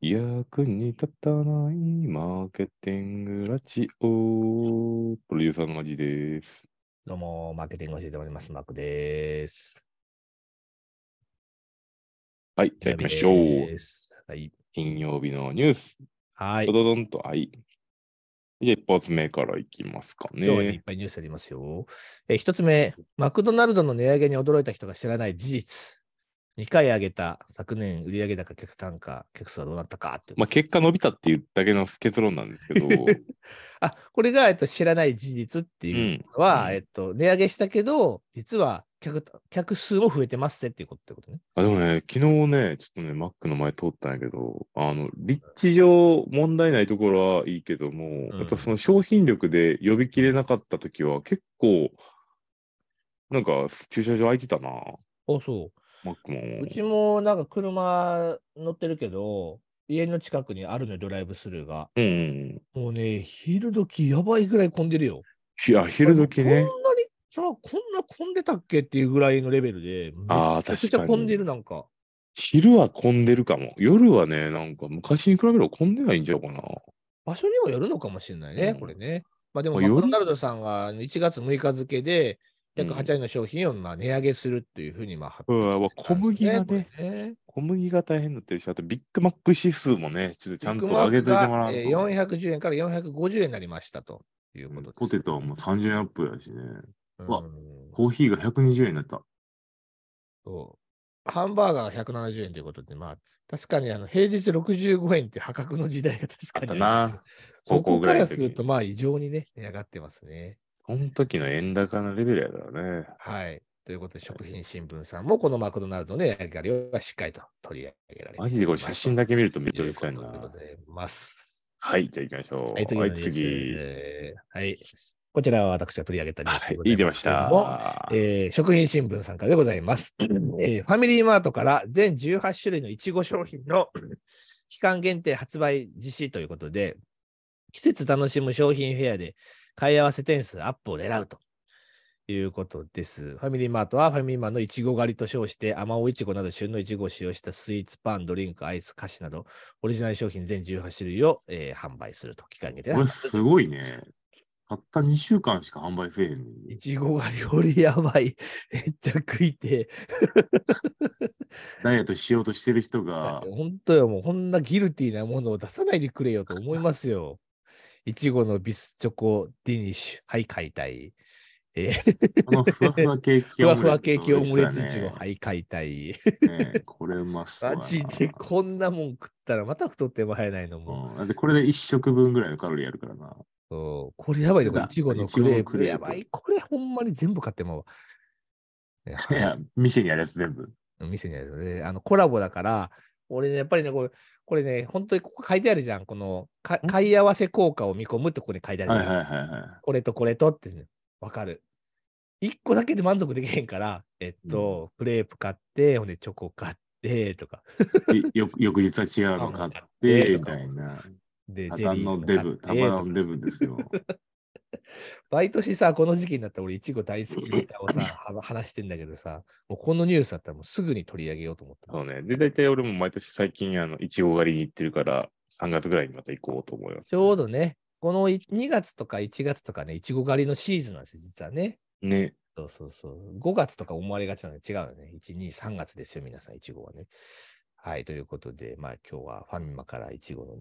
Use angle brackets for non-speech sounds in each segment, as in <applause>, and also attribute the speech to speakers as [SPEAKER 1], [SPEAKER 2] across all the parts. [SPEAKER 1] 役に立たないマーケティングラジオ。プロデューサーのマジです。
[SPEAKER 2] どうも、マーケティング教えてもらいます。マークです。
[SPEAKER 1] はい、じゃあ行きましょう。
[SPEAKER 2] ですはい。
[SPEAKER 1] 金曜日のニュース。
[SPEAKER 2] はい。
[SPEAKER 1] ドドドンと、はい。じゃあ一発目からいきますか
[SPEAKER 2] 今日はいっ
[SPEAKER 1] ね。
[SPEAKER 2] ぱいニュースありますよ。えー一つ目、マクドナルドの値上げに驚いた人が知らない事実。2回上げた昨年売上高客単価、客数はどうなったかっていう
[SPEAKER 1] まあ結果伸びたっていうだけの結論なんですけど、
[SPEAKER 2] <laughs> あ、これが、えっと、知らない事実って
[SPEAKER 1] う。
[SPEAKER 2] いうんのは、
[SPEAKER 1] うん
[SPEAKER 2] えっと、値上げしたけど、実は客客数も増えてますってっていうことってことね。
[SPEAKER 1] あでもね、昨日ね、ちょっとね、マックの前通ったんやけど、あの、立地上問題ないところはいいけども、
[SPEAKER 2] うん
[SPEAKER 1] やっぱその商品力で呼びきれなかったときは、結構、なんか駐車場空いてたな、
[SPEAKER 2] お、そう。
[SPEAKER 1] マックも。
[SPEAKER 2] うちもなんか車乗ってるけど、家の近くにあるのよドライブスルーが。
[SPEAKER 1] うんうん。
[SPEAKER 2] もうね、昼時やばいぐらい混んでるよ。
[SPEAKER 1] いや、昼時ね。
[SPEAKER 2] こんなにさ、こんな混んでたっけっていうぐらいのレベルで、
[SPEAKER 1] あ
[SPEAKER 2] め
[SPEAKER 1] あ、
[SPEAKER 2] ちゃく
[SPEAKER 1] 確
[SPEAKER 2] ちゃ
[SPEAKER 1] か
[SPEAKER 2] 混んで
[SPEAKER 1] に。
[SPEAKER 2] るなんか。
[SPEAKER 1] 昼は混んでるかも。夜はね、なんか昔に比べれば混んでないんちゃうかな。
[SPEAKER 2] 場所にもよるのかもしれないね、
[SPEAKER 1] うん
[SPEAKER 2] これね。まあでも、
[SPEAKER 1] まあ
[SPEAKER 2] マクドナルドさんが1月6日付で、約8割の商品をまあ値上げするっていうふうにまあ発
[SPEAKER 1] うわ
[SPEAKER 2] 表してたんで
[SPEAKER 1] 小麦がね
[SPEAKER 2] すよこれね
[SPEAKER 1] 小麦が大変だってるし、あとビッグマック指数もね、ちょっとちゃんと上げといてもらわん
[SPEAKER 2] ビッ
[SPEAKER 1] と
[SPEAKER 2] グマックがえー410円から450円になりましたということです。
[SPEAKER 1] ポテトはもう30円アップやしね。は
[SPEAKER 2] うん
[SPEAKER 1] コーヒーが120円になった。
[SPEAKER 2] そうハンバーガーが170円ということで、まあ、確かにあの平日65円って破格の時代が確かに
[SPEAKER 1] あ
[SPEAKER 2] あ
[SPEAKER 1] った
[SPEAKER 2] り
[SPEAKER 1] な
[SPEAKER 2] ますそ
[SPEAKER 1] 高校
[SPEAKER 2] こ
[SPEAKER 1] ぐら
[SPEAKER 2] か
[SPEAKER 1] いの
[SPEAKER 2] ら
[SPEAKER 1] 時
[SPEAKER 2] すると、まあ、異常にね、値上がってますね。
[SPEAKER 1] その時の円高のレベルやからね。
[SPEAKER 2] はい。ということで、食品新聞さんも、このマクドナルドの値上がりはしっかりと取り上げられています
[SPEAKER 1] マジでこれ写真だけ見るとめっちゃうるさいな
[SPEAKER 2] と。いうことでございます。
[SPEAKER 1] はい、じゃあ行きましょう。
[SPEAKER 2] はい、次のニュース
[SPEAKER 1] 次。
[SPEAKER 2] えーはい。こちらは私が取り上げたニュース
[SPEAKER 1] は
[SPEAKER 2] で
[SPEAKER 1] い
[SPEAKER 2] ご、ざ
[SPEAKER 1] 言
[SPEAKER 2] い
[SPEAKER 1] いて
[SPEAKER 2] ま
[SPEAKER 1] ますし
[SPEAKER 2] けれど
[SPEAKER 1] た
[SPEAKER 2] も。。えー食品新聞さんからでございます、 <clears throat> えーファミリーマートから全18種類のいちご商品の <clears throat> 期間限定発売実施ということで、季節楽しむ商品フェアで買い合わせ点数アップを狙うということです。ファミリーマートはファミリーマンのいちご狩りと称して、あまおういちごなど旬のいちごを使用したスイーツ、パン、ドリンク、アイス、菓子など、オリジナル商品全18種類を、えー販売すると期間限定で
[SPEAKER 1] これすごいね。たった2週間しか販売せえへんのに
[SPEAKER 2] いちご狩り、俺やばい。めっちゃ食いてえ。
[SPEAKER 1] ダイエットしようとしてる人
[SPEAKER 2] <laughs>
[SPEAKER 1] が、
[SPEAKER 2] 本当よ、もうこんなギルティーなものを出さないでくれよと思いま
[SPEAKER 1] <laughs>
[SPEAKER 2] すよ。いちごのビスチョコデニッシュ、はい、解体。えー
[SPEAKER 1] このふわふわケーキ
[SPEAKER 2] ふ
[SPEAKER 1] オムレツ。
[SPEAKER 2] わふわケーキオムレツいちご、
[SPEAKER 1] ね
[SPEAKER 2] はい、解体。
[SPEAKER 1] <laughs> ねこれうまそうや
[SPEAKER 2] マ
[SPEAKER 1] な。
[SPEAKER 2] ジでこんなもん食ったらまた太ってもらえないのも。
[SPEAKER 1] うんだってこれで1食分ぐらいのカロリーやるからな。
[SPEAKER 2] そうこれやばいで、これ
[SPEAKER 1] や
[SPEAKER 2] い
[SPEAKER 1] だ
[SPEAKER 2] ちごのク
[SPEAKER 1] い
[SPEAKER 2] レー
[SPEAKER 1] ちごのク
[SPEAKER 2] プ。
[SPEAKER 1] レープ
[SPEAKER 2] やばい、これほんまに全部買ってもうわ。ね
[SPEAKER 1] いや、店にあるやつ全部。
[SPEAKER 2] 店にあるんですよね。あのコラボだから、俺ね、やっぱりね、これ、これね、本当にここ書いてあるじゃん。この、か
[SPEAKER 1] ん
[SPEAKER 2] 買い合わせ効果を見込むってここに書いてある
[SPEAKER 1] は
[SPEAKER 2] じ
[SPEAKER 1] い
[SPEAKER 2] ゃ
[SPEAKER 1] は
[SPEAKER 2] ん
[SPEAKER 1] いはいは
[SPEAKER 2] これとこれとってねわかる。一個だけで満足できへんから、えっと、クレープ買って、ほんでチョコ買ってとか、
[SPEAKER 1] い。でよ翌日は違うの買っ
[SPEAKER 2] パン
[SPEAKER 1] て、
[SPEAKER 2] と
[SPEAKER 1] み
[SPEAKER 2] か
[SPEAKER 1] たいな。
[SPEAKER 2] で、
[SPEAKER 1] タ
[SPEAKER 2] ジ
[SPEAKER 1] タ
[SPEAKER 2] ェ
[SPEAKER 1] ン
[SPEAKER 2] リー
[SPEAKER 1] の
[SPEAKER 2] も
[SPEAKER 1] デ
[SPEAKER 2] 買っ
[SPEAKER 1] ブ、
[SPEAKER 2] て
[SPEAKER 1] タタン
[SPEAKER 2] とか
[SPEAKER 1] のデブですよ。
[SPEAKER 2] 毎年さ、この時期になったら俺、いちご大好きネタを
[SPEAKER 1] <laughs>
[SPEAKER 2] さ、は話してんだけどさ、もうこのニュースだったらもうすぐに取り上げようと思った。
[SPEAKER 1] そうね。で、大体俺も毎年最近、あの、いちご狩りに行ってるから、3月ぐらいにまた行こうと思います。
[SPEAKER 2] ちょうどね、このい2月とか1月とかね、いちご狩りのシーズンなんですよ、実はね。
[SPEAKER 1] ね。
[SPEAKER 2] そうそうそう。5月とか思われがちなので違うよね。1、2、3月ですよ、皆さん、いちごはね。はい、ということで、まあ今日はファミマからいちごの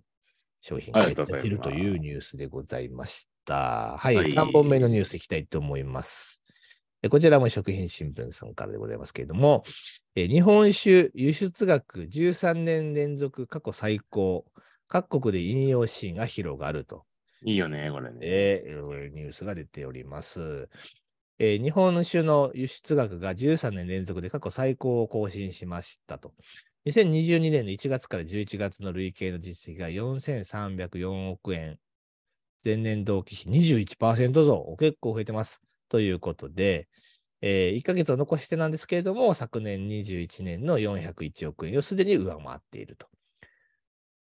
[SPEAKER 2] 商品
[SPEAKER 1] あ
[SPEAKER 2] が
[SPEAKER 1] り
[SPEAKER 2] 出
[SPEAKER 1] がとうございます
[SPEAKER 2] てるというニュースでございました。はい、
[SPEAKER 1] はい
[SPEAKER 2] 3本目のニュースいきたいと思います。でこちらも食品新聞さんからでございますけれども、えー日本酒輸出額13年連続過去最高、各国で引用シーンが広がると
[SPEAKER 1] いいよね、これね。
[SPEAKER 2] で、えーニュースが出ております。えー日本酒の輸出額が13年連続で過去最高を更新しましたと。2022年の1月から11月の累計の実績が4304億円。前年同期比21%増。結構増えてます。ということで、え1ヶ月を残してなんですけれども、昨年21年の401億円をすでに上回っていると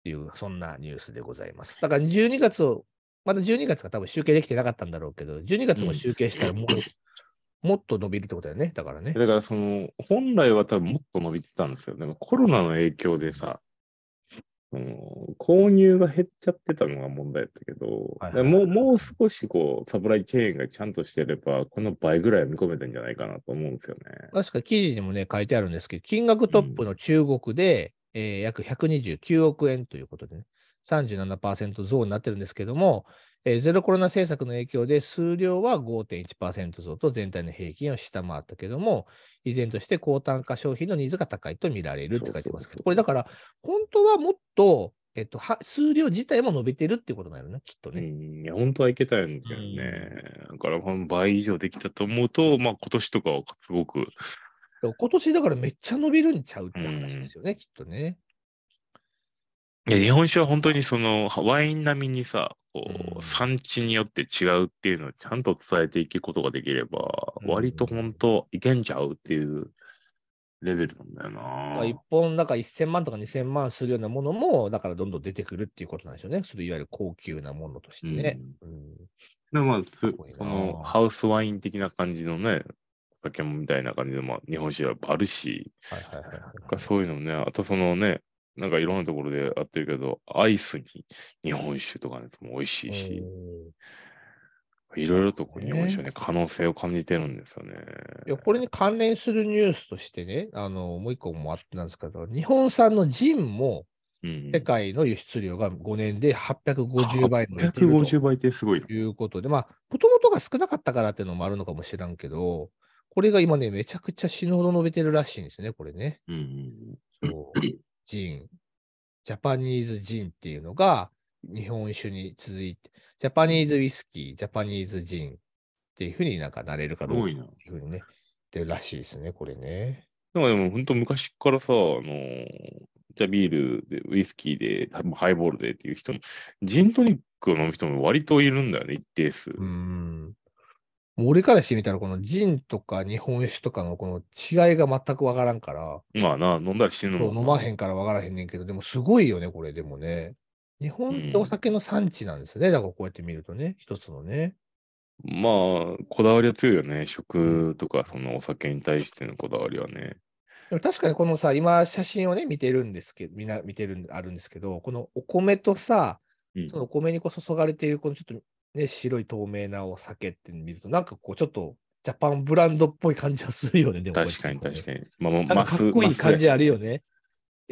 [SPEAKER 2] いう、そんなニュースでございます。だから12月を、まだ12月が多分集計できてなかったんだろうけど、12月も集計したらもう、もっと伸びるってことだよね。だからね。
[SPEAKER 1] だから、その、本来は多分もっと伸びてたんですよ。でもコロナの影響でさ、あの購入が減っちゃってたのが問題だったけど、
[SPEAKER 2] はいはいはい
[SPEAKER 1] もうもう少しこうサプライチェーンがちゃんとしてれば、この倍ぐらいは見込めたんじゃないかなと思うんですよね。
[SPEAKER 2] 確か記事にもね、書いてあるんですけど、金額トップの中国で、えー約129億円ということでね、37%増になってるんですけども、えーゼロコロナ政策の影響で数量は5.1%増と全体の平均を下回ったけども、依然として高単価商品のニーズが高いと見られるって書いて
[SPEAKER 1] そうそ
[SPEAKER 2] ますけ
[SPEAKER 1] うそ
[SPEAKER 2] ど、
[SPEAKER 1] う
[SPEAKER 2] これだから、本当はもっと、えっと、は数量自体も伸びてるってことなのね、きっと
[SPEAKER 1] う
[SPEAKER 2] ね。
[SPEAKER 1] ん、いや、本当はいけたんだよね。だから、この倍以上できたと思うと、まあ、今年とかはすごく、
[SPEAKER 2] だから今年だからめっちゃ伸びるんちゃうって話ですよね、きっとね。
[SPEAKER 1] いや、日本酒は本当にそのワイン並みにさ、こ
[SPEAKER 2] うん
[SPEAKER 1] う、産地によって違うっていうのをちゃんと伝えていくことができれば、
[SPEAKER 2] うん
[SPEAKER 1] 割と本当いけんちゃうっていうレベルなんだ
[SPEAKER 2] まあ、
[SPEAKER 1] よ
[SPEAKER 2] 1本、だから1000万とか2000万するようなものも、だからどんどん出てくるっていうことなんでしょうね。それいわゆる高級なものとして
[SPEAKER 1] な。
[SPEAKER 2] ね。
[SPEAKER 1] うん
[SPEAKER 2] うん
[SPEAKER 1] でもまあ、つ
[SPEAKER 2] ごいな
[SPEAKER 1] そのハウスワイン的な感じのね、お酒もみたいな感じで、まあ、日本酒はやっぱあるし、
[SPEAKER 2] はいはいはいはい
[SPEAKER 1] なんかそういうのもね、あとそのね、なんかいろんなところでやってるけど、アイスに日本酒とかね、も美味しいし、
[SPEAKER 2] うん
[SPEAKER 1] いろいろとこう日本酒はね、可能性を感じてるんですよね。
[SPEAKER 2] いやこれに関連するニュースとしてね、あのもう一個もあってなんですけど、日本産のジンも
[SPEAKER 1] うん
[SPEAKER 2] 世界の輸出量が5年で850倍になっている
[SPEAKER 1] 150倍ってすごいな
[SPEAKER 2] と。いうことで、まあ、もともとが少なかったからっていうのもあるのかもしらんけど、これが今ね、めちゃくちゃ死ぬほど伸びてるらしいんですね、これね。
[SPEAKER 1] うん
[SPEAKER 2] そう、ジン、ジャパニーズジンっていうのが日本酒に続いて、ジャパニーズウイスキー、ジャパニーズジンっていうふうになんかなれるか
[SPEAKER 1] す
[SPEAKER 2] どうか
[SPEAKER 1] ご
[SPEAKER 2] っ
[SPEAKER 1] いな。
[SPEAKER 2] ていうふうにね、でらしいですね、これね。
[SPEAKER 1] でもでも本当昔からさ、あのーじゃあビールで、ウイスキーで、多分ハイボールでっていう人も、ジントニックを飲む人も割といるんだよね、一定数。
[SPEAKER 2] うーん。もう俺からしてみたら、このジンとか日本酒とかのこの違いが全くわからんから、
[SPEAKER 1] まあな、飲んだり死ぬ
[SPEAKER 2] そ
[SPEAKER 1] も
[SPEAKER 2] うん
[SPEAKER 1] な
[SPEAKER 2] 飲まへんからわからへんねんけど、でもすごいよね、これでもね。日本ってお酒の産地なんですね。だからこうやって見るとね、一つのね。
[SPEAKER 1] まあ、こだわりは強いよね。食とか、そのお酒に対してのこだわりはね。
[SPEAKER 2] でも確かにこのさ、今写真をね、見てるんですけど、みんな見てるん、あるんですけど、このお米とさ、
[SPEAKER 1] うん
[SPEAKER 2] そのお米にこう注がれている、このちょっとね、白い透明なお酒って見ると、なんかこうちょっとジャパンブランドっぽい感じはするよね、でも。
[SPEAKER 1] 確かに確
[SPEAKER 2] に。
[SPEAKER 1] かに。まあ、ま
[SPEAKER 2] なん
[SPEAKER 1] マ
[SPEAKER 2] か
[SPEAKER 1] ス
[SPEAKER 2] かっこいい感じあるよ
[SPEAKER 1] ね。
[SPEAKER 2] ね。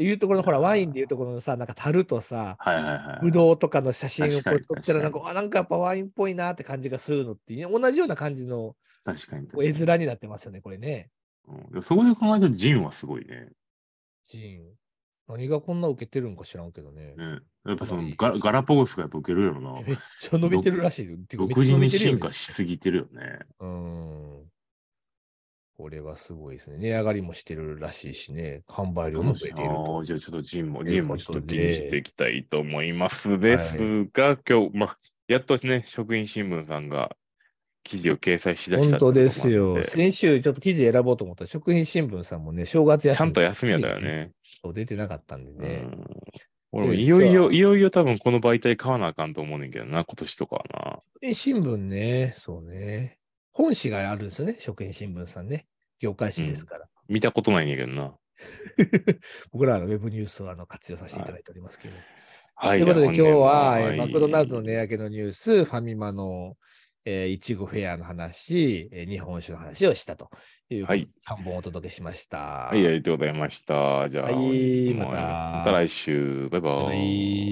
[SPEAKER 2] いうところの、ほら、ワインでいうところのさ、なんか樽とさ、
[SPEAKER 1] はいはいはい。
[SPEAKER 2] ぶどうとかの写真をこ
[SPEAKER 1] 確か
[SPEAKER 2] う
[SPEAKER 1] に
[SPEAKER 2] 撮ったら、なん
[SPEAKER 1] 確か
[SPEAKER 2] か、
[SPEAKER 1] に
[SPEAKER 2] あ、なんかやっぱワインっぽいなって感じがするのって、同じような感じの
[SPEAKER 1] 確かに確
[SPEAKER 2] こう
[SPEAKER 1] か
[SPEAKER 2] 絵
[SPEAKER 1] に。
[SPEAKER 2] 面になってますよね、これね。
[SPEAKER 1] うんでもそこで考えたらジンはすごいね。
[SPEAKER 2] ジン。何がこんな受けてるんか知らんけどね。
[SPEAKER 1] ねやっぱそ
[SPEAKER 2] まあい
[SPEAKER 1] の
[SPEAKER 2] い
[SPEAKER 1] ガガラポゴスがやっぱ受けるよな。
[SPEAKER 2] めっちゃ伸びてるらしいよ。てか
[SPEAKER 1] 独自に進
[SPEAKER 2] めっ
[SPEAKER 1] 化
[SPEAKER 2] ち
[SPEAKER 1] しすぎてるよね。
[SPEAKER 2] ゃ伸びてるよねうん。これはすごいですね。値上がりもしてるらしいしね。販売量も増えている
[SPEAKER 1] あ
[SPEAKER 2] と。
[SPEAKER 1] ーじゃあちょっとジンも、
[SPEAKER 2] とい
[SPEAKER 1] ジ
[SPEAKER 2] う
[SPEAKER 1] ン
[SPEAKER 2] こ
[SPEAKER 1] もち
[SPEAKER 2] とで
[SPEAKER 1] ょっと気にしていきたいと思いますですが、今日、まあ、やっとね、職員新聞さんが記事を掲載しだした
[SPEAKER 2] 本
[SPEAKER 1] ってい
[SPEAKER 2] 当
[SPEAKER 1] うのもあっ
[SPEAKER 2] で
[SPEAKER 1] て
[SPEAKER 2] すよ。先週ちょっと記事選ぼうと思ったら、食品新聞さんもね、正月休み
[SPEAKER 1] ちゃんと休みやだよね。
[SPEAKER 2] 出てなかったんでね。
[SPEAKER 1] うん俺も
[SPEAKER 2] で
[SPEAKER 1] いよい
[SPEAKER 2] 実
[SPEAKER 1] よ、
[SPEAKER 2] はい
[SPEAKER 1] よいよ多分この媒体買わなあかんと思うねんけどな、今年とかは
[SPEAKER 2] 食品新聞ね、そうね。本誌があるんですよね、食品新聞さんね。業界誌ですから。
[SPEAKER 1] な。見たことないねんけどな。
[SPEAKER 2] <laughs> 僕らのウェブニュースをあの活用させていただいておりますけど。
[SPEAKER 1] は
[SPEAKER 2] という
[SPEAKER 1] じゃ
[SPEAKER 2] こ
[SPEAKER 1] あ
[SPEAKER 2] とで今日は、
[SPEAKER 1] 本
[SPEAKER 2] え
[SPEAKER 1] 年
[SPEAKER 2] ー
[SPEAKER 1] も
[SPEAKER 2] マクドナルドの値上げのニュース、ファミマの、えー、いちごフェアの話、えー日本酒の話をしたという、
[SPEAKER 1] はい
[SPEAKER 2] 3本お届けしました。
[SPEAKER 1] はい、ありがとうございました。じゃあ、
[SPEAKER 2] はい
[SPEAKER 1] 本日も
[SPEAKER 2] また
[SPEAKER 1] また来週。バイバ
[SPEAKER 2] は
[SPEAKER 1] イ。
[SPEAKER 2] い